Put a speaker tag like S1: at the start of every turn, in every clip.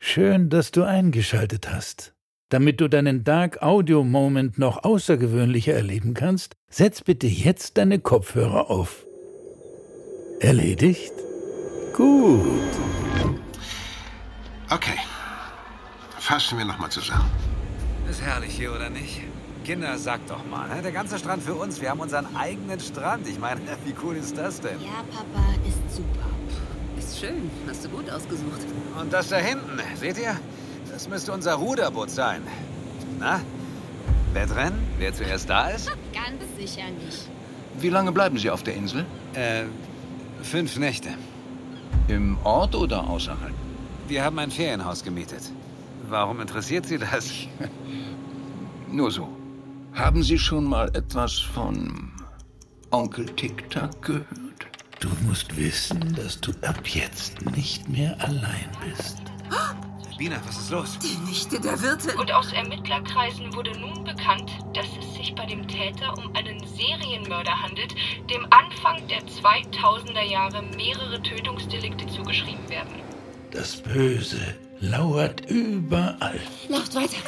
S1: Schön, dass du eingeschaltet hast. Damit du deinen Dark Audio Moment noch außergewöhnlicher erleben kannst, setz bitte jetzt deine Kopfhörer auf. Erledigt? Gut.
S2: Okay. Fassen wir nochmal zusammen.
S3: Ist herrlich hier, oder nicht? Kinder, sagt doch mal, ne? der ganze Strand für uns. Wir haben unseren eigenen Strand. Ich meine, wie cool ist das denn?
S4: Ja, Papa ist super.
S5: Ist schön. Hast du gut ausgesucht.
S3: Und das da hinten, seht ihr? Das müsste unser Ruderboot sein. Na? Wer drin? Wer zuerst da ist?
S4: Ganz sicher nicht.
S6: Wie lange bleiben Sie auf der Insel?
S3: Äh, fünf Nächte.
S6: Im Ort oder außerhalb?
S3: Wir haben ein Ferienhaus gemietet. Warum interessiert Sie das?
S6: Nur so. Haben Sie schon mal etwas von Onkel Tic-Tac gehört?
S1: Du musst wissen, dass du ab jetzt nicht mehr allein bist.
S3: Bina, was ist los?
S5: Die Nichte der Wirtin.
S7: Und aus Ermittlerkreisen wurde nun bekannt, dass es sich bei dem Täter um einen Serienmörder handelt, dem Anfang der 2000er Jahre mehrere Tötungsdelikte zugeschrieben werden.
S1: Das Böse lauert überall.
S4: Lauft weiter!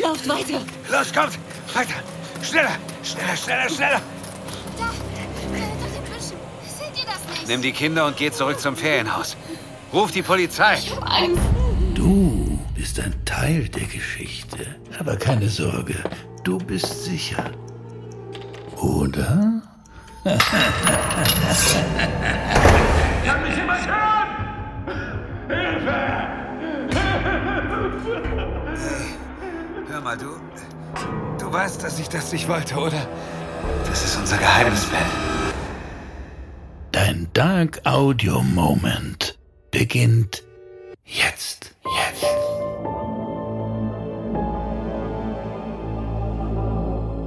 S4: Lauft weiter!
S3: Los, kommt! Weiter! Schneller! Schneller, schneller, schneller!
S4: Da! äh, Unter den Büschen! Seht ihr das nicht?
S3: Nimm die Kinder und geh zurück zum Ferienhaus. Ruf die Polizei.
S4: Eins.
S1: Du bist ein Teil der Geschichte. Aber keine Sorge, du bist sicher. Oder?
S3: Hör mal, du. Du weißt, dass ich das nicht wollte, oder? Das ist unser Geheimnis, Ben.
S1: Dein Dark Audio Moment beginnt jetzt. Jetzt.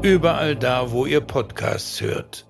S1: Überall da, wo ihr Podcasts hört.